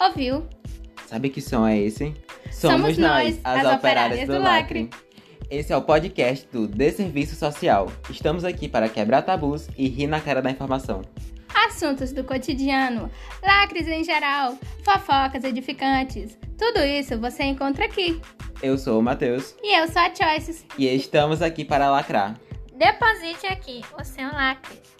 Ouviu? Sabe que som é esse? Somos nós, as operárias do lacre. Esse é o podcast do Desserviço Social. Estamos aqui para quebrar tabus e rir na cara da informação. Assuntos do cotidiano, lacres em geral, fofocas edificantes. Tudo isso você encontra aqui. Eu sou o Matheus E eu sou a Choices. e estamos aqui para lacrar. Deposite aqui o seu lacre.